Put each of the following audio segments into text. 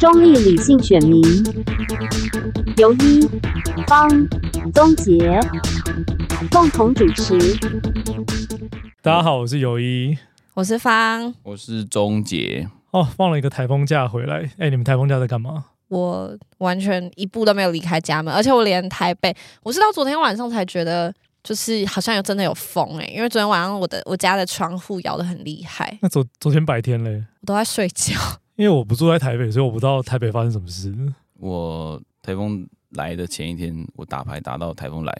中立理性选民，由一方宗杰共同主持。大家好，我是友一。我是方，我是钟杰，哦，放了一个台风假回来。哎、你们台风假在干嘛？我完全一步都没有离开家门，而且我连台北，我是到昨天晚上才觉得，就是好像有真的有风哎、因为昨天晚上我的我家的窗户摇得很厉害，那昨昨天白天嘞？我都在睡觉。 因为我不住在台北，所以我不知道台北发生什么事。 我台风来的前一天，我打牌打到台风来，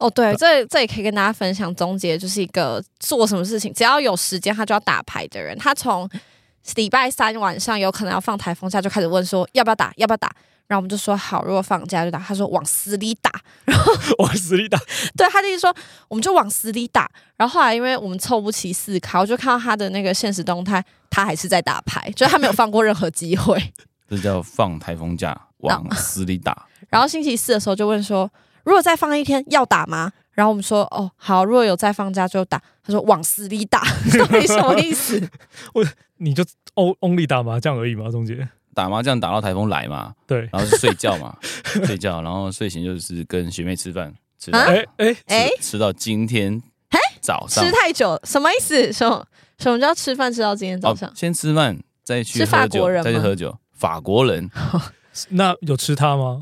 哦，对，这这也可以跟大家分享，钟杰就是一个做什么事情只要有时间他就要打牌的人，他从礼拜三晚上有可能要放台风假就开始问说要不要打，要不要打。然后我们就说好，如果放假就打。他说往死里打，我实力大，对，他就是说我们就往死里打。然后后来因为我们凑不齐四卡，我就看到他的那个现实动态，他还是在打牌，就是他没有放过任何机会。 这叫放台风假，哦往死里打。然后星期四的时候就问说，如果再放一天要打吗？然后我们说哦好，如果有再放假就打。他说往死里打， 到底什么 意思？你就 o only 打麻将而已嘛，钟姐。打麻将打到台风来嘛，对，然后就睡觉 嘛，睡觉，然后睡醒就是跟学妹吃饭，吃到、啊哎哎、哎、吃吃到今天早上哦吃太久什么意思？什么什么叫吃饭吃到今天早上？哦，先吃饭，再去是喝法酒国人，吗再去喝酒。法国人，啊那有吃它吗？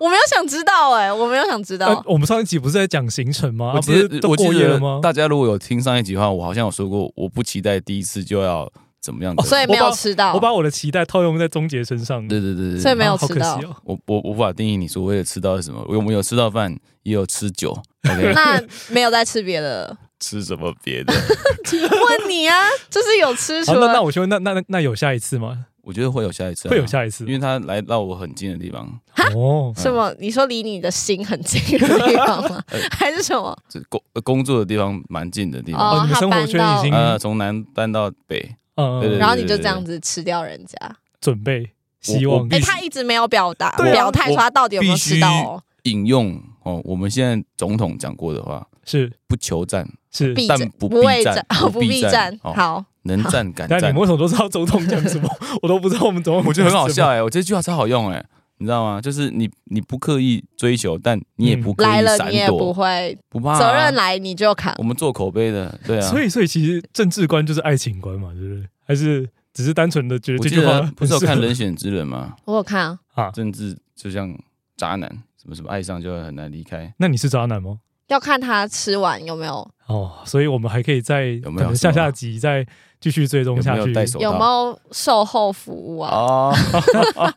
我没有想知道哎、我没有想知道。呃我们上一集不是在讲行程吗？我啊不记是得都我记过夜了得吗？大家如果有听上一集的话，我好像有说过，我不期待第一次就要怎么样的。哦所以没有吃到呃我，把我的期待套用在钟杰身上，对对对对，所以没有啊好吃可到惜哦。我我无法定义你所谓的吃到是什么。我们有吃到饭，也有吃酒。OK，哦 那没有再吃别的了。吃什么别的？问你 啊，就是有吃什好，么？那那我问，那那那那有下一次吗？ 我觉得会有下一次、啊，会有，下一次因？为他来到我很近的地方，哦，什么？你说离你的心很近的地方吗？还是什么？这工呃工作的地方蛮近的地方。哦，你们他生活搬圈已到经呃，从南搬到北，嗯，对对对嗯然后你就这样子吃掉人家。准备希我我望必哎、须他一直没有表达、对啊表态说他到底有没有必须吃到哦。引用哦，我们现在总统讲过的话，是不求战，是避但战不畏避战哦不不避避战战。哦好，能战敢但你战们，为什么都知道总统讲 什么？我都不知道我们总统，我觉得很好笑。哎、我这句话超好用哎、你知道吗？就是你你不刻意追求，但你嗯也不刻来意了闪你也不躲，会，不怕啊责任。来你就扛我。们做口碑的，对啊。所以，所以其实政治观就是爱情观嘛，对不对？还是只是单纯的觉得我这记句话得不是有很适合看《人选之人》吗？我有看啊，政治就像渣男，什么什么爱上就会很难离开。那你是渣男吗？要看他吃完有没有哦，所以我们还可以在有没可有能什下么下集再继续追踪下有去没有。带手有没套？有售后服务啊？哦，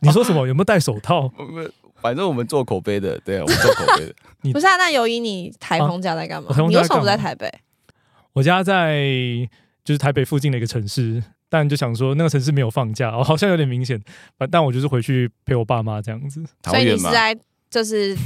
你说什么？有没有戴手套？我们 反正我们做口碑的，对啊，我们做口碑的。你不是啊，那尤以你台风假在干嘛啊？台风你假为在什么不干在嘛台北？我家在就是台北附近的一个城市，但就想说那个城市没有放假，哦，好像有点明显。反但我就是回去陪我爸妈这样子。桃所以你园是 啊嘛，在就是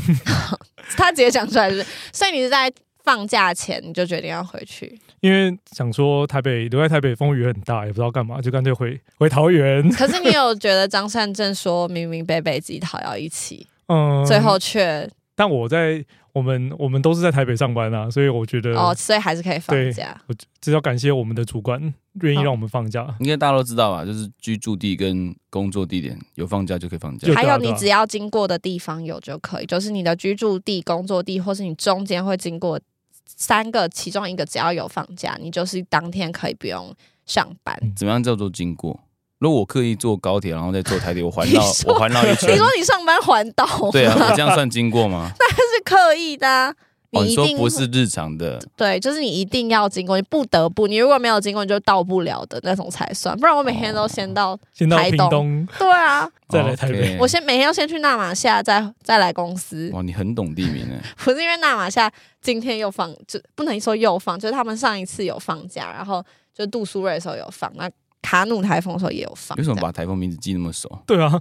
他直接讲出来是不是？所以你是在放假前你就决定要回去，因为想说台北留在台北风雨很大，也不知道干嘛，就干脆回回桃 园。可是你有觉得张善正说明明北北基桃要一起，嗯，最后却但我在我们我们都是在台北上班啊，所以我觉得哦，所以还是可以放对假。我这要感谢我们的主管愿意好让我们放假。应该大家都知道吧？就是居住地跟工作地点有放假就可以放 假就。还对啊有对你啊只要经过的地方有就可以，就是你的居住地、工作地，或是你中间会经过三个，其中一个只要有放假，你就是当天可以不用上班。怎么样叫做经过？如果我刻意坐高铁，然后再坐台铁，我环你绕说我环绕一你圈说，你上班环岛，对啊，我这样算经过吗？ 是刻意的、啊。哦，你一说定不是日常的，对，就是你一定要经过，你不得不，你如果没有经过，你就到不了的那种才算。不然我每天都哦先到，先到台屏东东，对啊，再来台北哦 OK 我先每天要先去纳马夏，再再来公司。哇，你很懂地名哎。 不是因为纳马夏今天又放，就不能说又放，就是他们上一次有放假，然后就杜苏芮的时候有放，那卡努台风的时候也有放。为什么这样？把台风名字记那么熟？ 对啊，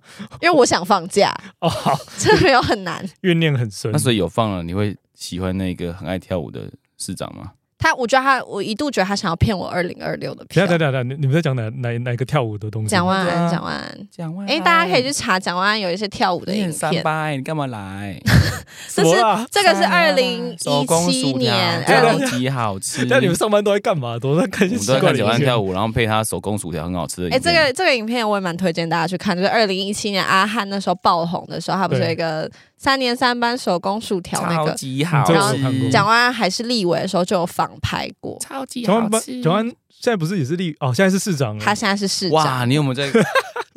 因为我想放假，哦好，这没 有很难。怨念很深嗯那。所以有放了，你会喜欢那个很爱跳舞的市长吗？他我觉得他，我一度觉得他想要骗我二零二六的等票一。下等一下等一下，你你们在讲哪哪哪个跳舞的东西？蒋万对啊安，蒋万安，讲完，哎，大家可以去查蒋万安有一些跳舞的你影很三片，八欸，你干嘛来？什这是么 啦 这个是三八啊二零手一工七薯条年，哎二超零级好 吃。那你们上班都在干嘛？都在看一些我们奇都在怪看的九影安片跳舞，然后配他手工薯条，很好吃的。哎、这个这个影片我也蛮推荐大家去看，就是二零一七年阿汉那时候爆红的时候，他不是有一个三年三班手工薯条那超个，级好嗯这吃，个我看过蒋万安还是立委的时候就有访拍过，超级蒋好万班吃。蒋万现在不是也是立哦，现在是市长了。他现在是市长。嗯哇，你有没 有在？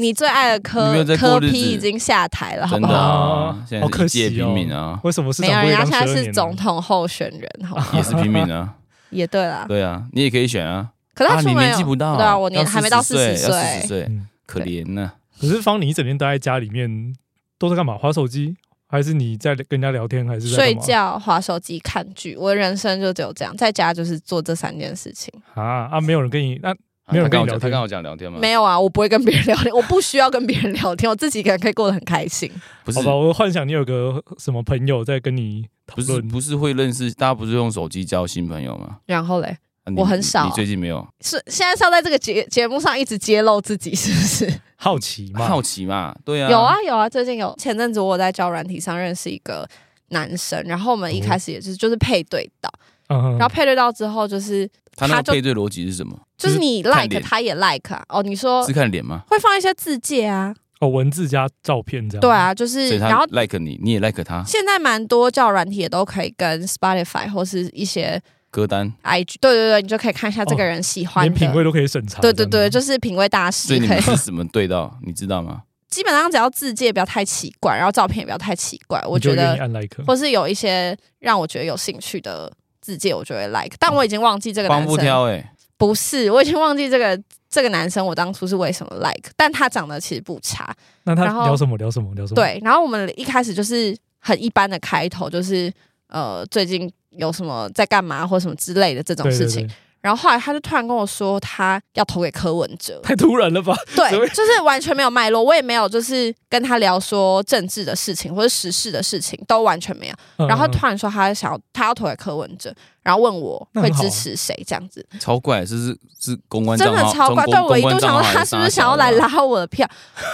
你最爱的你没柯有在过柯日子 P 已经下台了，好真不的好？哦啊，现在好可是一惜介哦平民啊，为什么市没有，长不会人当家现在12是年啊总呢？统候选人，好 吗？也是平民啊。也对啦，对啊，你也可以选啊。可是他啊出你门年有纪不到，对啊，我年要还没到四40十岁，要四十岁，岁嗯，可怜呐。可是方你一整天待在家里面都在干嘛？划手机，还是你在跟人家聊天，还是在睡干嘛觉、划手机、看剧，我的人生就只有这样，在家就是做这三件事情。啊啊？没有人跟你那啊没有人他跟你跟我聊讲，天他跟我讲聊天吗？没有啊，我不会跟别人聊天，我不需要跟别人聊天，我自己一个人可以过得很开 心。不是好吧？我幻想你有个什么朋友在跟你讨不是论，不是会认识，大家不是用手机交新朋友吗？然后嘞，啊你我很少你最近没有是现在是要在这个节节目上一直揭露自己，是不是？好奇嘛？好奇嘛？ 对啊，有啊，有啊，最近有。前阵子我在交友软体上认识一个男生，然后我们一嗯开始也是、就是配对到，嗯，然后配对到之后就是他那他就个配对逻辑是什么？就是你看 like 脸他也 like 啊，哦，你说是看脸吗？会放一些字界啊，哦，文字加照片这样。对，啊，就所是以他然后 like 你，你也 like 他，现在蛮多交友软体也都可以跟 Spotify 或是一些歌单。 IG，对对对，你就可以看一下这哦个人喜欢连的。品味都可以审查这对样子。对对，就是品味大师所以你可以们。是怎么对到？你知道吗？ 基本上只要字界不要太奇怪，然后照片也不要太奇怪，我你就觉愿意得按 like，或是有一些让我觉得有兴趣的字界，我就会 like。但嗯我已经忘记这个帮男不生挑哎，不是，我已经忘记这个这个男生我当初是为什么 like，但他长得其实不差。那他然后聊什么聊什么聊什么？，对，然后我们一开始就是很一般的开头，就是呃最近有什么在干嘛或什么之类的这种对事对情。对， 然后后来他就突然跟我说他要投给柯文哲，太突然了吧？所 对以，就是完全没有脉络，我也没有就是跟他聊说政治的事情或者时事的事情，都完全没有。然后嗯突然说他想要他要投给柯文哲，然后问我那会很好啊支持谁这样子，超怪，是是是公关真账的号，超怪。中对公我一公度关想说账号他还是不是啥想要小的啊来？拉我的票，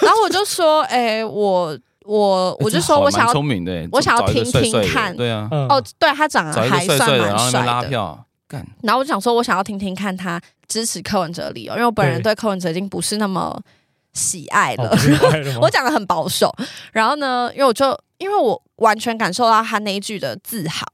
然后我就说，哎、我我哎我就说我想蛮要。聪明的欸，我想要找一个听帅听帅的看对啊，嗯哦，对他长得找一个还帅算帅的，然蛮后那帅边拉的，票，干然后我就想说，我想要听听看他支持柯文哲的理由，因为我本人对柯文哲已经不是那么喜爱哦了不。是爱了吗我讲的很保守，然后呢，因为我就因为我完全感受到他那一句的自豪，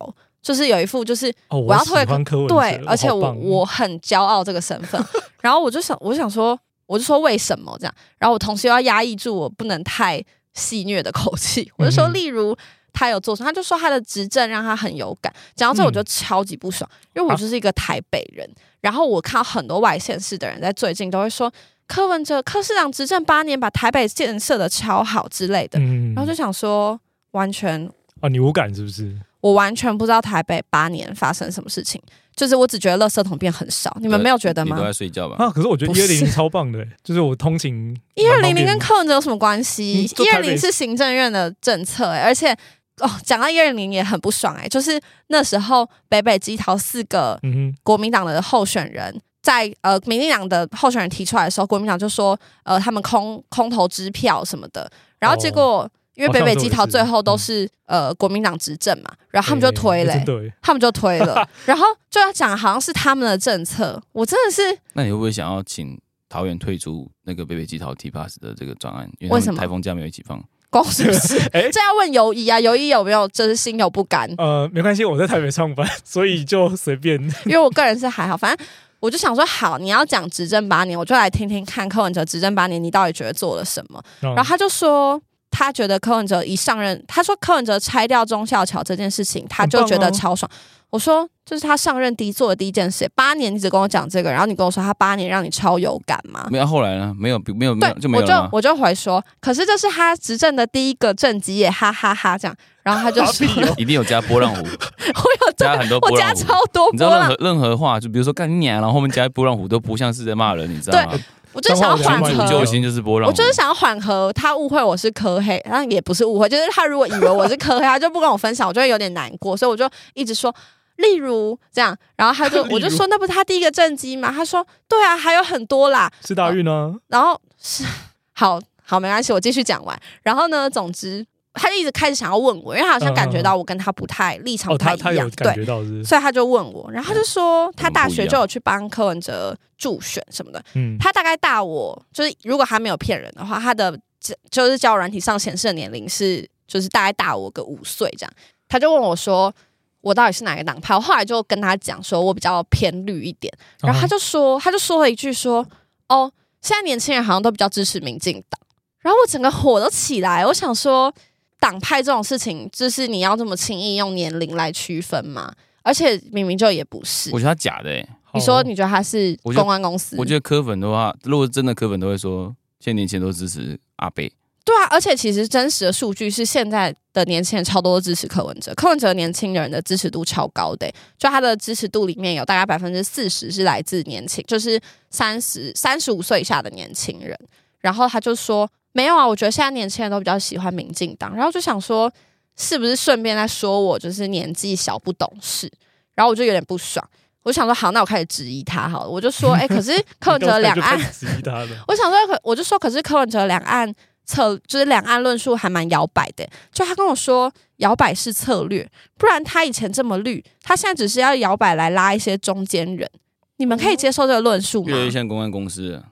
就是有一副就是哦， 我要喜退欢柯文哲，对，而且好我棒我很骄傲这个身份， 然后我就想，我就想说，我就说为什么这样，然后我同时又要压抑住我不能太戏谑的口气，我就说，嗯例如。他有做什么？他就说他的执政让他很有感。讲到这，我嗯就超级不爽，因为我啊就是一个台北人。然后我看到很多外县市的人在最近都会说，柯文哲、柯市长执政八年，把台北建设的超好之类的。嗯，然后就想说，完全啊，你无感是不是？我完全不知道台北八年发生什么事情，就是我只觉得垃圾桶变很少，你们没有觉得你都吗在？睡觉吧？啊，可是我觉得不一二是零零超棒的欸，就是我通勤 一二零蛮方零跟便的柯文哲有什么关系嗯？就一台二北零是行政院的政策、欸，而且哦，讲到一二零也很不爽哎、就是那时候北北基桃四个嗯哼。国民党的候选人。在呃，民进党的候选人提出来的时候，国民党就说，呃，他们空空头支票什么的，然后结果、因为哦北北上周基也桃是最后都嗯是、呃国民党执政嘛，然后啊他们就欸推嘞、欸真的欸他们就推 了，然后就要讲好像是他们的政策，我真的是那你会不会想要请桃园退出那个北北基桃 T Pass 的这个专案？因为他为们什么台风假没有一起放？光是不 是？哎这要问尤一啊，尤一有没有就是心有不甘？呃，没关系，我在台北上班， 所以就随便。因为我个人是还好，反正我就想说，好，你要讲执政八年，我就来听听看柯文哲执政八年你到底觉得做了什么。然然后他就说。他觉得柯文哲一上任，他说柯文哲拆掉忠孝桥这件事情，他就觉得很棒哦超爽。我说这是他上任第一做的第一件事，八年你只跟我讲这个，然后你跟我说他八年让你超有感吗？没有，啊后来呢？没有，没有，没对有，，就没有我就了吗？我就回说，可是这是他执政的第一个政绩耶，哈哈哈这样。然后他就说， 屁哦一定有加波浪湖，我有加真很的，多波我浪加湖。超多你知道波浪任何，任何话，就比如说干你娘，然后后面加波浪湖都不像是在骂人，你知道吗？我就是想要脏缓话我加五救蛮和多。星就是波浪湖，我就是想要缓和他误会我是科黑，然后也不是误会，就是他如果以为我是科黑，他就不跟我分享，我就会有点难过，所以我就一直说。例如这样，然后他 就我就说那不是他第一个正机吗？他说对啊，还有很多啦。是大运啊呢、然后是 好好没关系，我继续讲完。然后呢，总之他就一直开始想要问我，因为他好像感觉到我跟他不太立嗯场哦，不太他一他样，有对感，觉嗯到是不是，所以他就问我，然后他就说他大不一学样就有去帮柯文哲助选什么的，嗯，他大概大我，就是如果他没有骗人的话，他的就就是交友软体上显示的年龄是就是大概大我个五岁这样。他就问我说，我到底是哪个党派？我后来就跟他讲说，我比较偏绿一点。然嗯后他就就说，他就说了一句说，哦，现在年轻人好像都比较支持民进党。然后我整个火都起来，我想说，党派这种事情，就是你要这么轻易用年龄来区分吗？而且明明就也不是嗯我。觉得他假的哎、哦你说你觉得他是我觉得公关公司？我觉得柯粉的话，如果是真的柯粉都会说，现在年轻人都支持阿贝，对啊，而且其实真实的数据是，现在的年轻人超多都支持柯文哲，柯文哲年轻人的支持度超高的欸、就他的支持度里面有大概百分之四十是来自年轻，就是三十三十五岁以下的年轻人。然后他就说：“没有啊，我觉得现在年轻人都比较喜欢民进党。”然后就想说，是不是顺便在说我就是年纪小不懂事？然后我就有点不爽，我就想说好，那我开始质疑他好了。我就说：“哎、可是柯文哲两岸质疑他的，我想说可，我就说，可是柯文哲两岸策就是两岸论述还蛮摇摆的，就他跟我说摇摆是策略，不然他以前这么绿，他现在只是要摇摆来拉一些中间人。你们可以接受这个论述吗越？来越像公关公司了。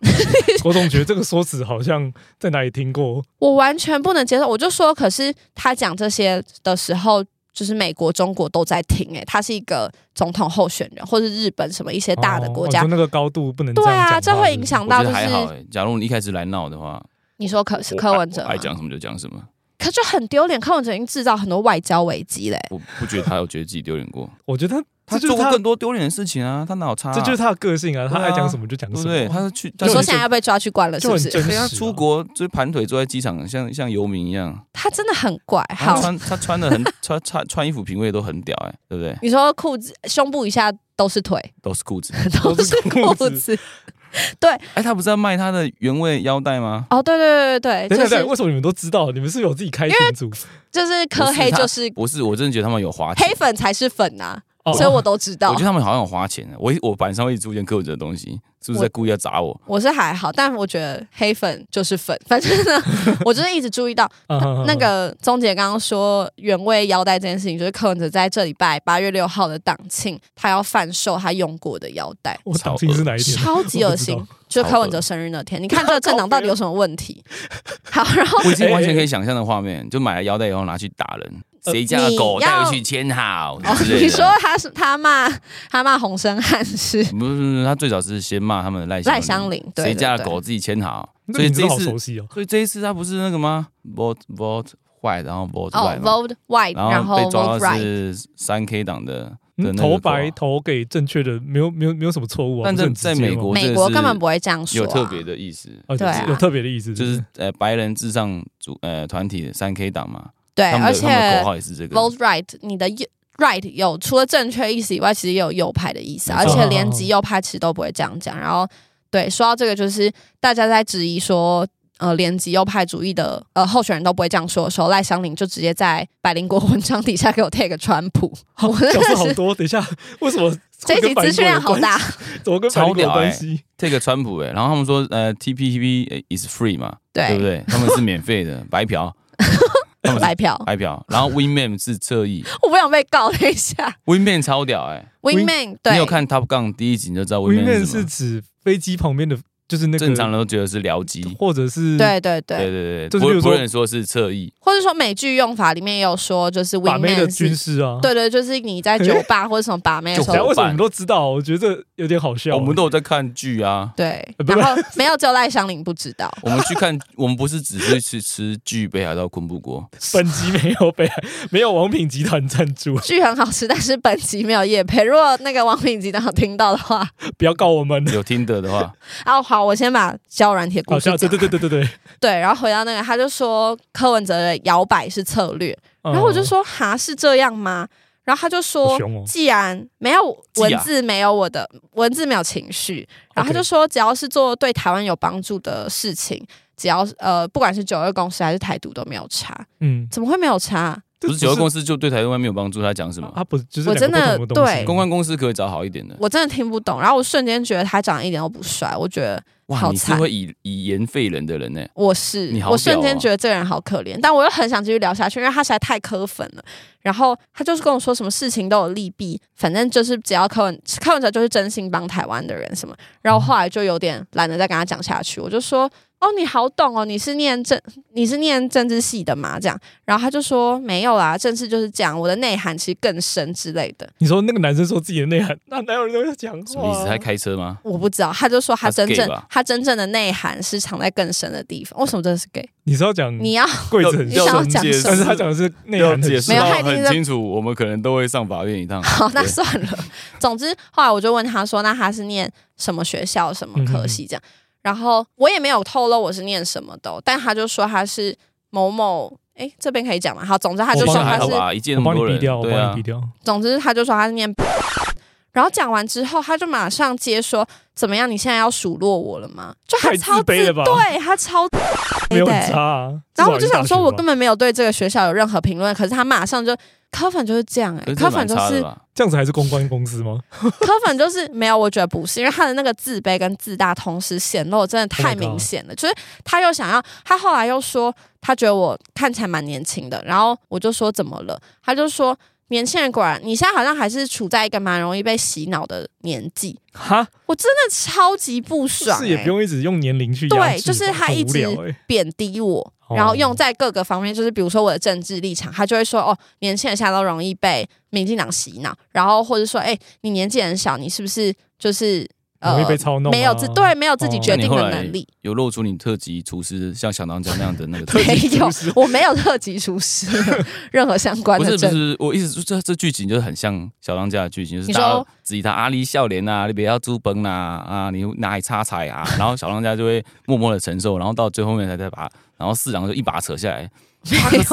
我总觉得这个说辞好像在哪里听过，我完全不能接受。我就说，可是他讲这些的时候，就是美国、中国都在听、欸，他是一个总统候选人，或是日本什么一些 大的哦国哦家。就那个高度不能对样啊，讲这话会是不影是响我到觉就得还好是哎、假如你一开始来闹的话，你说可是我柯爱文哲我吗爱，讲什么就讲什么，可就很丢脸。柯文哲已经制造很多外交危机嘞、欸我不觉得他有觉得自己丢脸过，我觉得他他这就做是过他更多丢脸的事情啊，他哪有差啊、这就是他的个性啊，他对啊爱讲什么就讲对什不么。对？他是去，他你是说就现在要被抓去关了是就不很是？真实对啊、他出国就盘腿坐在机场，像像游民一样。他真的很怪。他好，穿他穿的很 穿穿穿衣服品味都很屌哎、对不对？你说裤子、胸部以下都是腿， 都是 裤子。都是裤都是裤子。哎，他不是在卖他的原味腰带吗？哦，对对等对对对，等就等，是为什么你们都知道？你们是有自己开群组就是科黑就是不是，我真的觉得他们有花钱黑。粉才是粉呐、哦？所以我都知我道觉得。他们好像有花钱啊我一我板上会一直出现柯文哲的东西，是不是在故意要 砸我？我是还好，但我觉得黑粉就是粉，反正呢，我就是一直注意到嗯嗯嗯那个钟姐刚刚说原味腰带这件事情，就是柯文哲在这礼拜八月六号的党庆，他要贩售他用过的腰带，我党庆是哪一天？超级恶心我不知。就是柯文哲生日那天，你看这个政党到底有什么问题？ 好，然后我已经完全可以想象的画面，就买了腰带以后拿去打人，呃谁家的狗你带要回去牵好哦 之，类的。你说他是他骂他骂洪生汉是不是不是，他最早是先骂他们的赖赖香林，对谁家对的对狗自己牵好，那所以名字这一好次熟悉哦。所以这一次他不是那个吗？vote vote 坏，然后 vote 哦 right 嘛 vote white，然然后后被 vote 抓 right，到是三 K 党的的嗯，那个投狗啊白投给正确的，没有没有没有什么错误啊。但不是很在直接在美吗国美国根本不会这样说、有啊，特别的意思，哦，对啊有特别的意思，就是呃白人至上主呃团体三 K 党嘛，对，他们而的他们的且口号也是这个。 vote right，你的右 right 有除了正确意思以外，其实也有右派的意思，没而错哦且连极右派其实都不会这样讲。然后对，说到这个，就是大家在质疑说。呃，连极右派主义的呃候选人都不会这样说的时候，赖香林就直接在百灵国文章底下给我 take 川普，我真角的色好是多。等一下，为什么 这一集资讯量好大，， 怎么跟白超领有屌关欸系？这个川普哎、然后他们说呃 T P T P is free 嘛，对不对，对？他们是免费的白嫖，他们是白嫖， 白嫖，然后 Winman 是侧 翼我不想被告了一下。 ，Winman 超屌哎、 Wingman，对，你有看 Top Gun 第一集你就知道 Winman Wingman 是是什么，指飞机旁边的，就是那个正常人都觉得是僚机。或者是对对对，对对就是对，不比如不说能说是侧翼，或者说美剧用法里面也有说，就是把妹 Wingman 的是军师啊。对对，就是你在酒吧或者什么把妹的时等一下，就候火，为什么我们都知道？我觉得这有点好笑。欸我们都有在看剧啊。对呃，不是然后没有只有赖香林不知道，我们去看，我们不是只是去吃剧北海道昆布锅，本集没有被没有王品集团赞助，剧很好吃，但是本集没有叶配。如果那个王品集团有听到的话，不要告我 们。有听得的话，啊，好，我先把交友软铁故好事笑，讲哦对对对对对对。对，然后回到那个，他就说柯文哲的摇摆是策略，然然后我就，说：“哈，是这样吗？”然后他就嗯好说凶哦：“既然没有既然文字，没有我的文字，没有情绪。”然后 OK 他就说：“只要是做对台湾有帮助的事情，只要呃，不管是九二共识还是台独都没有差，嗯，怎么会没有差？不 是这九个公司就对台湾没有帮助，他讲什么？啊，不是，就是我两个真的不同东西对公关公司可以找好一点的。我真的听不懂。然后我瞬间觉得他长得一点都不帅，我觉得哇，好你是惨会以以言废人的人呢、我是你好屌哦我瞬间觉得这个人好可怜，但我又很想继续聊下去，因为他实在太磕粉了。然后他就是跟我说什么事情都有利弊，反正就是只要柯文柯文哲就是真心帮台湾的人什么。然后后来就有点懒得再跟他讲下去，我就说。哦，你好懂哦，你是念政， 你是念政治系的嘛？这样，然后他就说没有啦，政治就是这样，我的内涵其实更深之类的。你说那个男生说自己的内涵，那哪有人都要讲话、啊？什么意思？他在开车吗？我不知道，他就说他他是真 gay 正吧他真正的内涵是藏在更深的地方。为什么真的是 gay？你是要讲你要柜子很你想要深，讲什么但是他讲的是内涵很解深释没有到他一定很在清楚，我们可能都会上法院一 趟。好，那对算了。总之，后来我就问他说：“那他是念什么学校、什么科系？”这样，然后我也没有透露我是念什么的哦，但他就说他是某某，诶，这边可以讲嘛？好，总之他就我说帮你他还是好，吧，一届那我么帮多你人，逼掉，我对帮啊你逼，掉。总之他就说他是念。然后讲完之后，他就马上接说：“怎么样？你现在要数落我了吗？”就他太自超卑了吧对他超自卑没有的很欸差、啊。然后我就想说，我根跟本没有对这个学校有任何评论，可是他马上就科粉就是这样哎、可是这科蛮粉就差的是吧？这样子还是公关公司吗？科粉就是没有，我觉得不是，因为他的那个自卑跟自大同时显露，真的太明显了。就是他又想要，他后来又说他觉得我看起来蛮年轻的，然后我就说怎么了？他就说年轻人果然，你现在好像还是处在一个蛮容易被洗脑的年纪，哈，我真的超级不爽、是也欸不用一直用年龄去压对制就是吧他很一无聊直欸贬低我，哦然后用在各个方面，就是比如说我的政治立场，他就会说哦，年轻人现在都容易被民进党洗脑，然后或者说哎、你年纪很小，你是不是就是呃容易被操弄啊，没有自对没有自己哦决定那你后的来能力？有露出你特级厨师像小当家那样的 那个特没级。有，我没有特级厨师 任何相关不的是不证。是，我意思说这这剧情就是很像小当家的剧情，就是你大家说质疑他阿里笑脸啊，你不要猪崩啦啊，你哪里插彩啊，然后小当家就会默默的承受，然后到最后面才再把，然后四郎就一把扯下来，没有，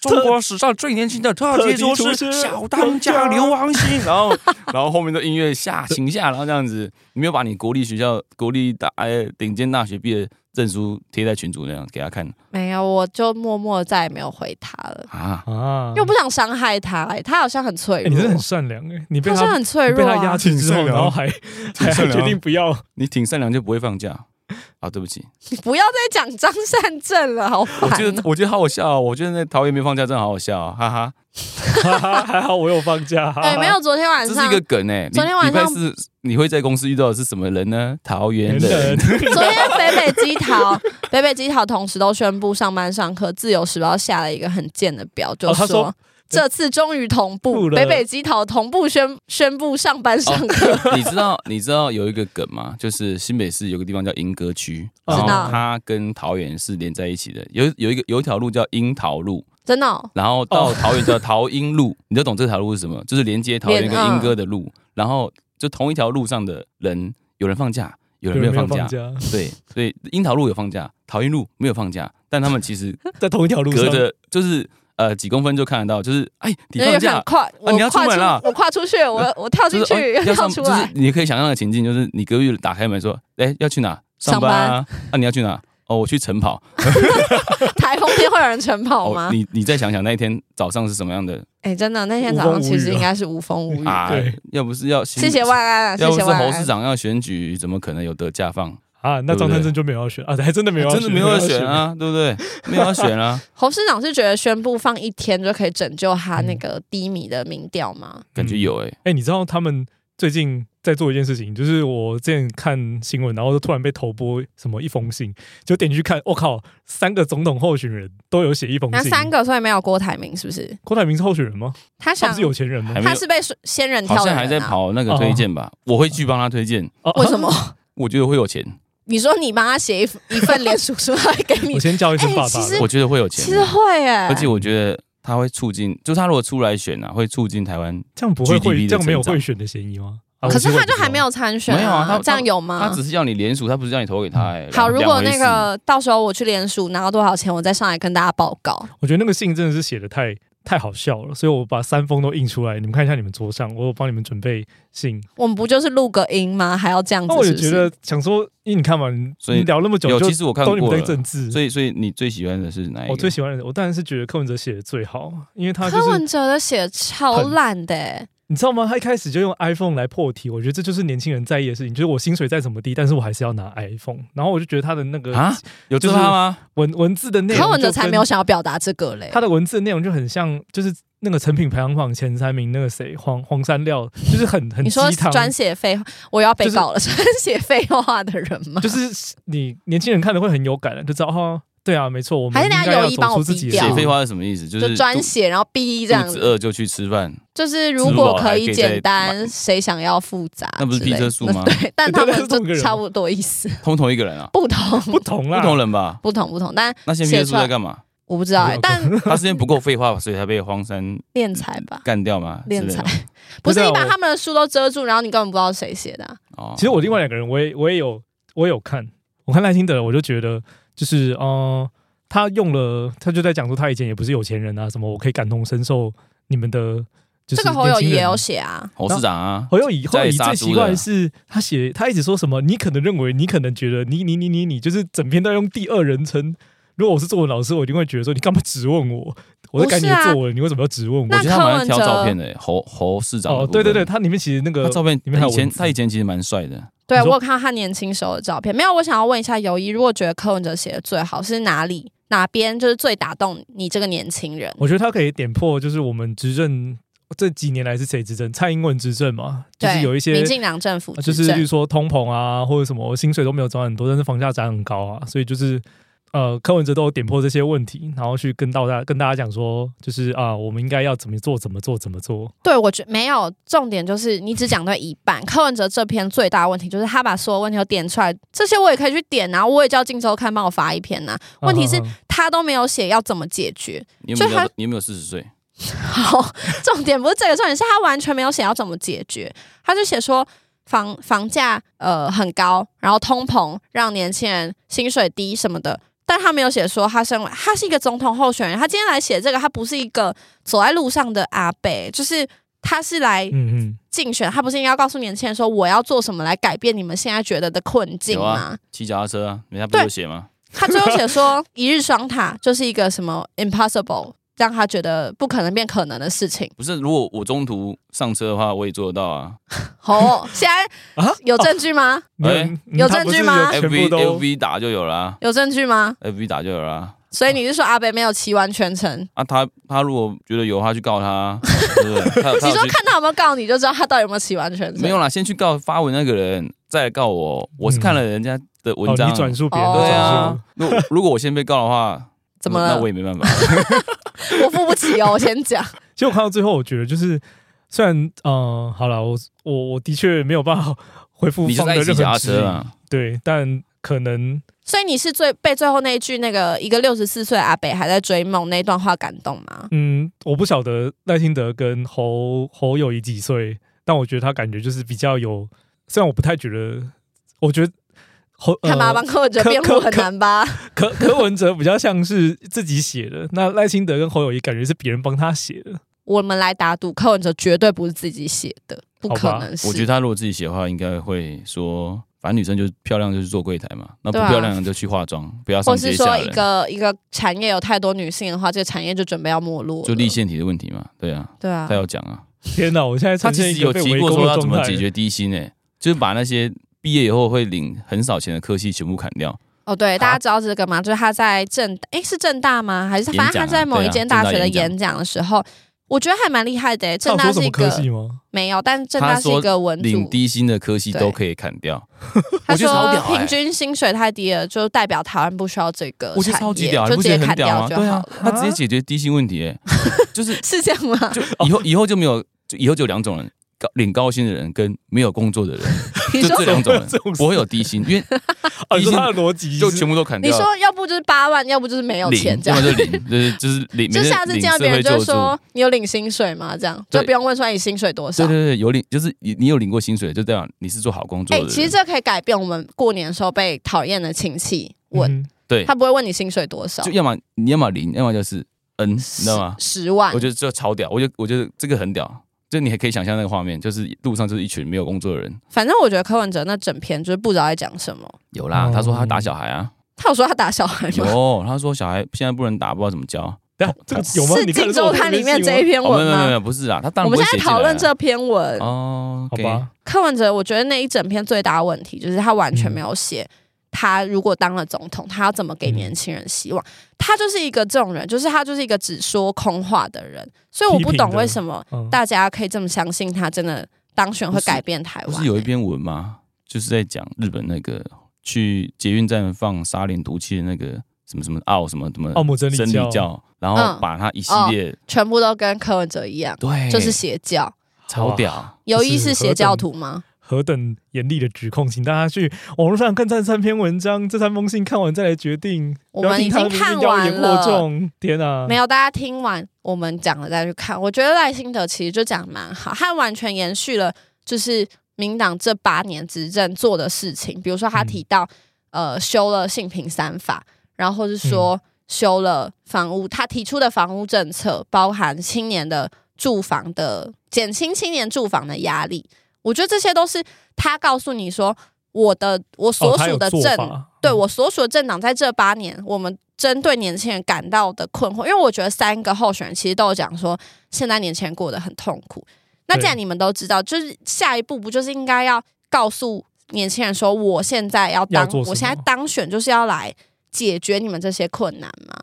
中国史上最年轻的特级特厨级厨师师小当家刘 王星，然后然后后面的音乐下行下，然后这样子，你没有把你国立学校、国立大哎顶尖大学毕业证书贴在群组那样给他看没有，我就默默再也没有回他了，啊，啊，又不想伤害他、哎，他好像很脆欸弱，你真的很善良哎，你被他好像他很脆你被弱、他啊压。制之后，挺善良然后还还善还良啊决定不要，你挺善良就不会放假啊，对不起，你 不要再讲张善政了，好烦我觉得哦。我觉得好好笑、哦，我觉得那桃园没放假真的好好笑、哦，哈哈，哈哈，还好我有放假，哈对，哈哎没有，昨天晚这上是一个梗哎、欸。昨天晚礼上拜四你会在公司遇到的是什么人呢？桃园人人。昨天北北基桃，北北基桃同时都宣布上班上课。自由时报下了一个很贱的表，就哦他说这次终于同不步，了北北基桃同步宣宣布上班上课。 你知道你知道有一个梗吗？就是新北市有个地方叫莺歌区，哦然后知道它跟桃园是连在一起的。有有一个有一条路叫樱桃路， 真的哦、然后到哦桃园叫桃樱路， 你就懂这条路是什么？就是连接桃园连嗯跟莺歌的路。然后就同一条路上的人，有人放假，有人没 有放假。假，对，所以樱桃路有放假，桃樱路没有放假，但他们其实在同一条路上隔，着就是呃几公分就看得到，就是哎因你为放很假，啊快，我你要出跨门出，啦我跨出去，我我跳就进去，是哦又要跳上出就是来。你可以想象的情境，就是你隔壁打开门说，哎要去哪？上上班班啊？啊你要去哪？哦我去晨跑。 台风天会有人晨跑吗哦，？你你再想想那一天早上是什么样的哎、真的，那天早无上风无其实雨啊应该是无风无雨。啊对？要不是要谢谢万安啊，谢要不谢是万侯市安。长要选举，怎么可能有得假放？啊，那对张不对三正就没有要选啊，还真的没有要选，真的没有要选啊，对不对？没有要选啊，侯市长是觉得宣布放一天就可以拯救嗯他那个低迷的民调吗？感觉有哎、 哎、你知道他们最近在做一件事情，就是我之前看新闻，然后就突然被投播什么一封信，就点进去看，我、哦靠，三个总统候选人都有写一封那信。三个，所以没有郭台铭，是不是？郭台铭是候选人吗？他他想不是有钱人吗还？没有他是被仙人跳好的人、像啊，还在。跑那个推荐吧，我会去帮他推荐，哦为什么？？我觉得会有钱，你说你帮他写一一份脸书出来给 你我，先叫一声哎爸其爸。实我觉得会有钱 其，实会耶、而且我觉得他会促进，就是他如果出来选啊，会促进台湾。这样不会 GDP 会的这样没有增长贿选的嫌疑吗？啊哦可是他我其实我也不就还知道没有参选、没有啊他这样有吗？他只是要你联署，他不是让你投给他哎。好，如果两回那事个到时候我去联署拿到多少钱，我再上来跟大家报告。我觉得那个信真的是写的太太好笑了，所以我把三封都印出来，你们看一下你们桌上，我有帮你们准备信。我们不就是录个音吗？还要这样子那我是也不是觉得想说，因为你看嘛，你所以你聊那么久，有，就其实我看都你们过在了。政治，所以，哎所以你最喜欢的是哪一个？我最喜欢的，我当然是觉得柯文哲写的最好，因为他就柯是文哲的写超烂的、欸，你知道吗？他一开始就用 iPhone 来破题，我觉得这就是年轻人在意的事情，就是我薪水再怎么低，但是我还是要拿 iPhone。然后我就觉得他的那个啊，有就这是他吗？文文字的内容，柯文哲才没有，想要表达这个嘞。他的文字内容就很像就是那个成品排行榜前三名那个谁黄黄山料，就是很很你鸡说汤。专写废话，我要被就是告了， 专写废话的人吗？就是你年轻人看了会很有感的，就知道哦，对啊，没错，我们还是应人家该要有意帮走我出自逼己掉写的废话是什么意思？就是就专肚写，然后 B 这样肚子子。饿就去吃饭，就是如果可以简单，谁想要复杂？那不是之类的 Peter 树吗对， 但他们就差不多意思，通同一个人啊，不同，不同不啦，同人吧？不同，不同。但那些写秘书出来在干嘛？我不知道、欸，但他时间不够废话，所以才被荒山 练才吧，干掉嘛？练之类才的不是对啊你把我他们的书都遮住，然后你根本不知道谁写的啊、哦其实我另外两个人，我也我也有我也有看，我看赖清德，我就觉得就是呃，他用了，他就在讲说他以前也不是有钱人啊，什么我可以感同身受你们的，就是这个侯友年轻宜人也有写啊，侯市长啊，侯友宜，侯友宜最奇怪在杀猪的的是，他写他一直说什么，你可能认为，你可能觉得，你你你你你，就是整篇都要用第二人称。如果我是作文老师，我一定会觉得说，你干嘛质问我？我在改你不是的啊作文，你为什么要质问我我那？觉得他蛮柯会文挑哲照片的欸，侯侯市长的哦，部对对对，分，他里面其实那他个照片里面还他有以前文字他以前其实蛮帅的，对你说我有看到他年轻时候的照片。没有，我想要问一下友谊，如果觉得柯文哲写的最好是哪里？哪边就是最打动你这个年轻人？我觉得他可以点破，就是我们执政这几年来是谁执政？蔡英文执政嘛，就是对有一些民进党政府啊就执是政例如说通膨啊，或者什么薪水都没有涨很多，但是房价涨很高啊，所以就是呃，柯文哲都有点破这些问题，然后去跟到大跟大家讲说，就是啊、我们应该要怎么做，怎么做，怎么做。对，我觉没有重点，就是你只讲对一半。柯文哲这篇最大的问题就是他把所有问题都点出来，这些我也可以去点啊，我也叫《镜周刊》帮我发一篇呐、啊问题是嗯嗯嗯他都没有写要怎么解决。你有没有就他聊你有没有四十岁？ 好，重点不是这个，重点是他完全没有写要怎么解决，他就写说房房价呃很高，然后通膨让年轻人薪水低什么的。但他没有写说他身为他是一个总统候选人，他今天来写这个，他不是一个走在路上的阿伯，就是他是来嗯嗯，竞选，他不是应该要告诉年轻人说我要做什么来改变你们现在觉得的困境有吗？ 啊，骑脚踏车啊，人家不是对有写吗？他最后写说一日双塔就是一个什么 impossible，让他觉得不可能变可能的事情。不是，如果我中途上车的话，我也做得到啊。 哦，现在啊有证据吗？你哎嗯有他证不据是吗有 F 全 V 部 F 都哦 V 打就有了啊有证据吗？ ，F V 打就有了啊。所以你是说阿北没有骑完全程？啊，他他如果觉得有，他去告他啊，对不对？他他 你有说去看他有没有告你，就知道他到底有没有骑完全程。没有啦，先去告发文那个人，再来告我。我是看了人家的文哦，章，你转述别人的哦对转述啊。如果如果我先被告的话，怎么那那了我？也没办法。我付不起哦，我先 讲。其实我看到最后，我觉得就是虽然呃，好了，我我我的确没有办法回复你就方在的一起任脚踏何质车疑，啊，对，但可能所以你是最被最后那一句那个一个六十四岁的阿北还在追梦那一段话感动吗？嗯，我不晓得赖清德跟侯侯友谊几岁，但我觉得他感觉就是比较有，虽然我不太觉得，我觉得侯、呃、看吧，帮柯文哲柯辩护柯很柯难吧？柯柯文哲比较像是自己写的，那赖清德跟侯友谊感觉是别人帮他写的。我们来打赌，柯文哲绝对不是自己写的，不可能是。我觉得他如果自己写的话，应该会说，反正女生就是漂亮就是做柜台嘛，那不对啊漂亮的就去化妆，不要上或街是吓说一人，个一个产业有太多女性的话，这个产业就准备要没落了。就立腺体的问题嘛，对啊，对啊他，有讲啊，天哪，我现在他呈其现实一个有被提围过攻说的要怎状么态。解决低薪诶、就是把那些毕业以后会领很少钱的科系全部砍掉，哦，对，大家知道这个吗？就是他在正，哎，是正大吗？还是演讲反啊正他在某一间大学对啊的正大演演讲的时候，我觉得还蛮厉害他的。正有大说什是么一科系个吗？没有，但正大是一个文领组，低薪的科系对都可以砍掉，他我觉得超说屌欸平均薪水太低了，就代表台湾不需要这个我觉得产超级业，屌啊，就直你不接觉得砍很屌掉吗？就对好啊了。，他直接解决低薪问题、 欸，就是是这样吗？就以后以后就没有，就以后就有两种人，高领高薪的人跟没有工作的人， 你就说这两种人这种事不会有低薪，因为啊， 你说低薪他的逻辑嗯就是全部都砍你掉，说要不就是八万，要不就是没有零，钱这要样么。就零，就是 就是领，就每天下次见到领别人社就会救助说你有领薪水吗？这样对就不用问出来你薪水多少对。对对，有领就是你你有领过薪水，就代表你是做好工作哎、的人。其实这可以改变我们过年的时候被讨厌的亲戚问，嗯他不会问你薪水多少就，要么你要么领，要么就是 N，你知道吗？十万我，觉得这超屌，我觉得我觉得这个很屌，就你还可以想象那个画面，就是路上就是一群没有工作的人。反正我觉得柯文哲那整篇就是不知道在讲什么。有啦，哦他说他打小孩啊，他有说他打小孩吗？有，他说小孩现在不能打，不知道怎么教。但这个有吗？是《你看荆得出州我看》里面这这一篇哦，没文有没有没吗？有，不是啊，他当我然不们会现在写进来啊讨论这篇文，哦好 OK 吧？柯文哲，我觉得那一整篇最大的问题就是他完全没有写嗯他如果当了总统，他要怎么给年轻人希望。他就是一个这种人，就是他就是一个只说空话的人，所以我不批评懂的为什么嗯，大家可以这么相信他真的当选会不是改变台不湾欸是。有一篇文吗？就是在讲日本那个去捷运站放沙林毒气的那个什么什么奥什么什么奥姆真理真教理教，然后嗯把他一系列全部都跟柯文哲一样，对，就是邪教。超哇屌，尤一是是邪何教等徒吗？何等严厉的指控，请大家去网络上看这三篇文章，这三封信看完再来决定。我不要们听已他经的看民谣完言惑了。众，天啊！没有，大家听完我们讲了再去看。我觉得赖清德其实就讲得蛮好，他完全延续了就是民党这八年执政做的事情，比如说他嗯提到、呃修了性平三法，然后或是嗯说修了房屋，他提出的房屋政策包含青年的住房的减轻青年住房的压力，我觉得这些都是他告诉你说我的我哦所他属有的做政法 对我所属的政党在这八年，我们针对年轻人感到的困惑，因为我觉得三个候选人其实都有讲说，现在年轻人过得很痛苦。那既然对你们都知道，就是下一步不就是应该要告诉年轻人说，我现在要当要做什么我现在当选就是要来解决你们这些困难吗？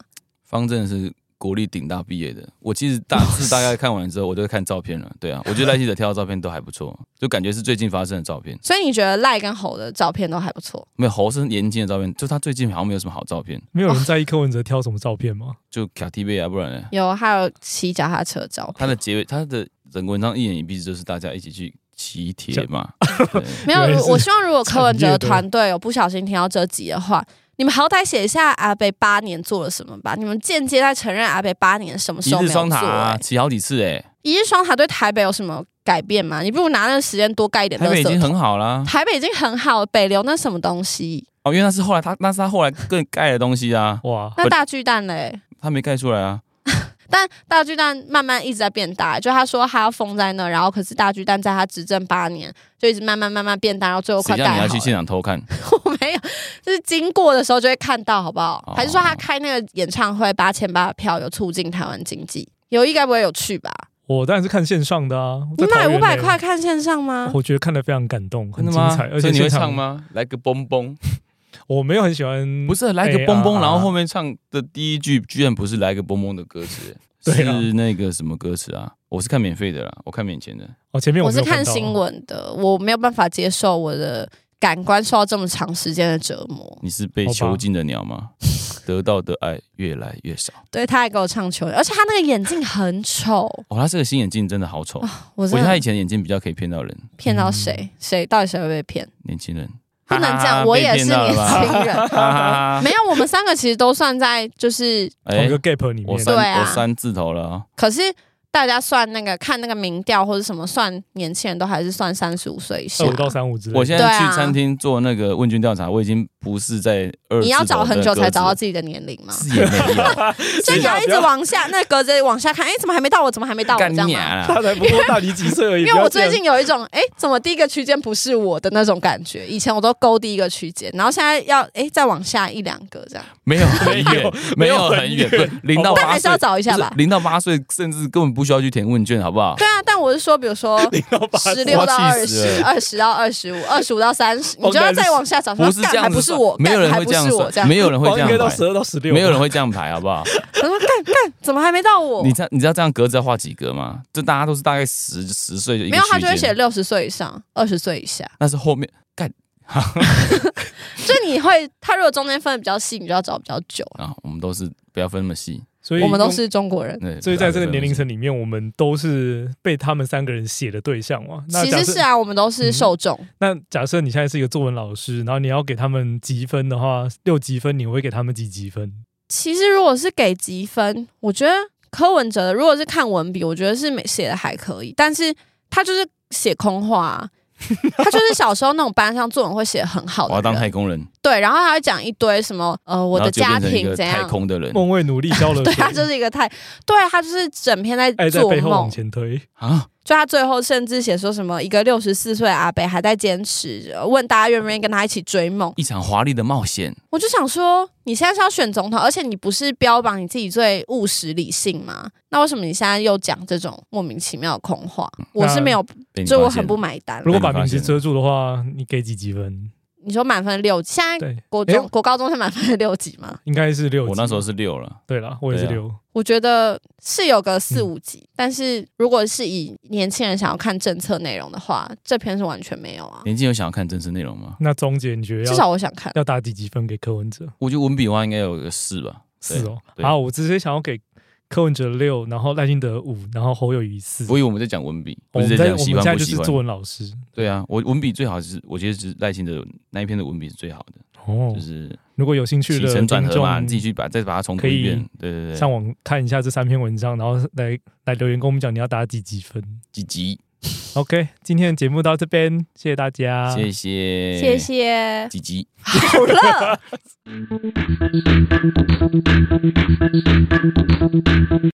方正是国立顶大毕业的。我其实哦大是大概看完之后，我就看照片了。对啊，我觉得赖清德挑的照片都还不错，就感觉是最近发生的照片。所以你觉得赖跟侯的照片都还不错？没有侯是年轻的照片，就他最近好像没有什么好照片，没有人在意柯文哲挑什么照片 吗？就卡 T V 啊，不然呢？有，还有骑脚踏车的照片，他的结尾，他的整个文章一言一蔽就是大家一起去骑铁 嘛。对 没有原来，是我希望如果柯文产哲业的团队有不小心听到这集的话，你们好歹写一下阿北八年做了什么吧。你们间接在承认阿北八年什么时候一没有日做、双塔啊欸骑好几次哎，一日双塔对台北有什么改变吗？你不如拿那个时间多盖一点台垃北已经圾桶。很好啊啦。台北已经很好了，北流那什么东西？哦，因为那是后来他那是他后来更盖的东西啊，哇，那大巨蛋嘞？他没盖出来啊。但大巨蛋慢慢一直在变大，就他说他要封在那，然后可是大巨蛋在他执政八年就一直慢慢慢慢变大，然后最后谁快盖叫好你要了。去现场偷看？ 我没有，就是经过的时候就会看到，好不好？哦还是说他开那个演唱会八千八的票有促进台湾经济？有意该不会有去吧？我当然是看线上的啊！你我在买桃园五百欸块，啊看线上吗？哦我觉得看得非常感动，很真的精吗？彩，而且所以你会现场嗯唱？吗？来个嘣嘣，我没有很喜欢，不是来个哎嘣嘣，啊然后后面唱的第一句居然不是来个嘣嘣的歌词， 对啊是那个什么歌词啊？我是看免费的啦，我看免钱的。哦，前面我没是有看到新，闻的，我没有办法接受我的感官受到这么长时间的折磨。你是被好吧囚禁的鸟吗？得到的爱越来越少。对，他还给我唱球，而且他那个眼镜很丑，哦，他这个新眼镜真的好丑。我我真觉得他的以前的眼镜比较可以骗到人，骗到谁？谁到底谁会被骗？年 轻人不能这哈哈样，哈我也是被骗到年了吧轻 人。哈哈哈没有，我们三个其实都算在就是同哎一，个 gap 里我面，三对啊我三字头了啊，可是大家算那个看那个民调或者什么算年轻人都还是算三十五岁以下二五。到三五之类的。我现对在啊去餐厅做那个问卷调查，我已经不是在二字头的格子。你要找很久才找到自己的年龄吗？是也没有。 所以你啊要一不直要往下，那格子往下看，哎、怎么还没到我？怎么还没到我？干这样你吗？啊！他才不过 大你几岁而已， 因为不要我这样 最近有一种，哎、怎么第一个区间不是我的那种感觉？以前我都勾第一个区间，然后现在要，哎、再往下一两个 这样，没有很远，没没有有很很远，远不零到哦但八还是岁要，找一下不是吧。零到八岁，甚至根本不需要去填问卷，好不好？对啊，但我是说，比如说到八十六到我要二气死 十，二十到二十五，二十五到三十，你就要再往下找，不是啊干这还样不子算，是我，没有人干还会不这样是我，这算，样没有人会好像这样哦应该到排十，二到十六，没有人会这样排，好不 好？我说干干，怎么还没到我？你知道你知道这样格子要画几格吗？就大家都是大概十十岁就一个没有，他就会区写间，六十岁以上，二十岁以下。那是后面干就你会，他如果中间分的比较细，你就要找比较久。啊，我们都是不要分那么细，所以我们都。是中国人，对，所以在这个年龄层，层里面，我们都是被他们三个人写的对象嘛。那其假实设嗯是啊，我们都是受众。那假设你现在是一个作文老师，然后你要给他们积分的话，六积分你会给他们几积分？其实如果是给积分，我觉得柯文哲的如果是看文笔，我觉得是没写的还可以，但是他就是写空话啊、他就是小时候那种班上作文会写得很好我要的当太人，空人，对，然后他会讲一堆什么呃我然的后就家变成一庭个怎太样，空的人梦为努力消了水， 对他就是一个太，对他就是整篇在爱在做背后往梦，前推，啊，就他最后甚至写说什么一个六十四岁的阿北还在坚持，呃问大家愿不愿意跟他一起追梦。一场华丽的冒险，我就想说，你现在是要选总统，而且你不是标榜你自己最务实理性吗？那为什么你现在又讲这种莫名其妙的空话？我是没有，被你就我发现很不买单如。果把被你名发字现了遮住的话，你给几几分？你说满分六，现在对，国哎中、国高中才满分六级吗？应该是六级。我那时候是六了，对啦，我也是对啊六。我觉得是有个四嗯五级，但是如果是以年轻人想要看政策内容的话，这篇是完全没有啊。年纪有想要看真实内容吗？那钟姐，你觉得至要少我想看，要打几几分给柯文哲？我觉得文笔的话应该有个四吧，对是哦，对啊，我直接想要给柯文哲六，然后赖清德五，然后侯友宜四。我以为我们在讲文笔，我不们是在讲哦我们喜现欢在不就喜是作欢。文老师对啊，我文笔最好是，我觉得是赖清德那一篇的文笔是最好的，哦就。是如果有兴趣起的承听转合嘛，众你，自己去把再把它重读可以一遍。对对对，上网看一下这三篇文章，然后来来留言跟我们讲你要打几几分。几集， OK，今天的节目到这边，谢谢大家，谢谢谢谢。几集。好了。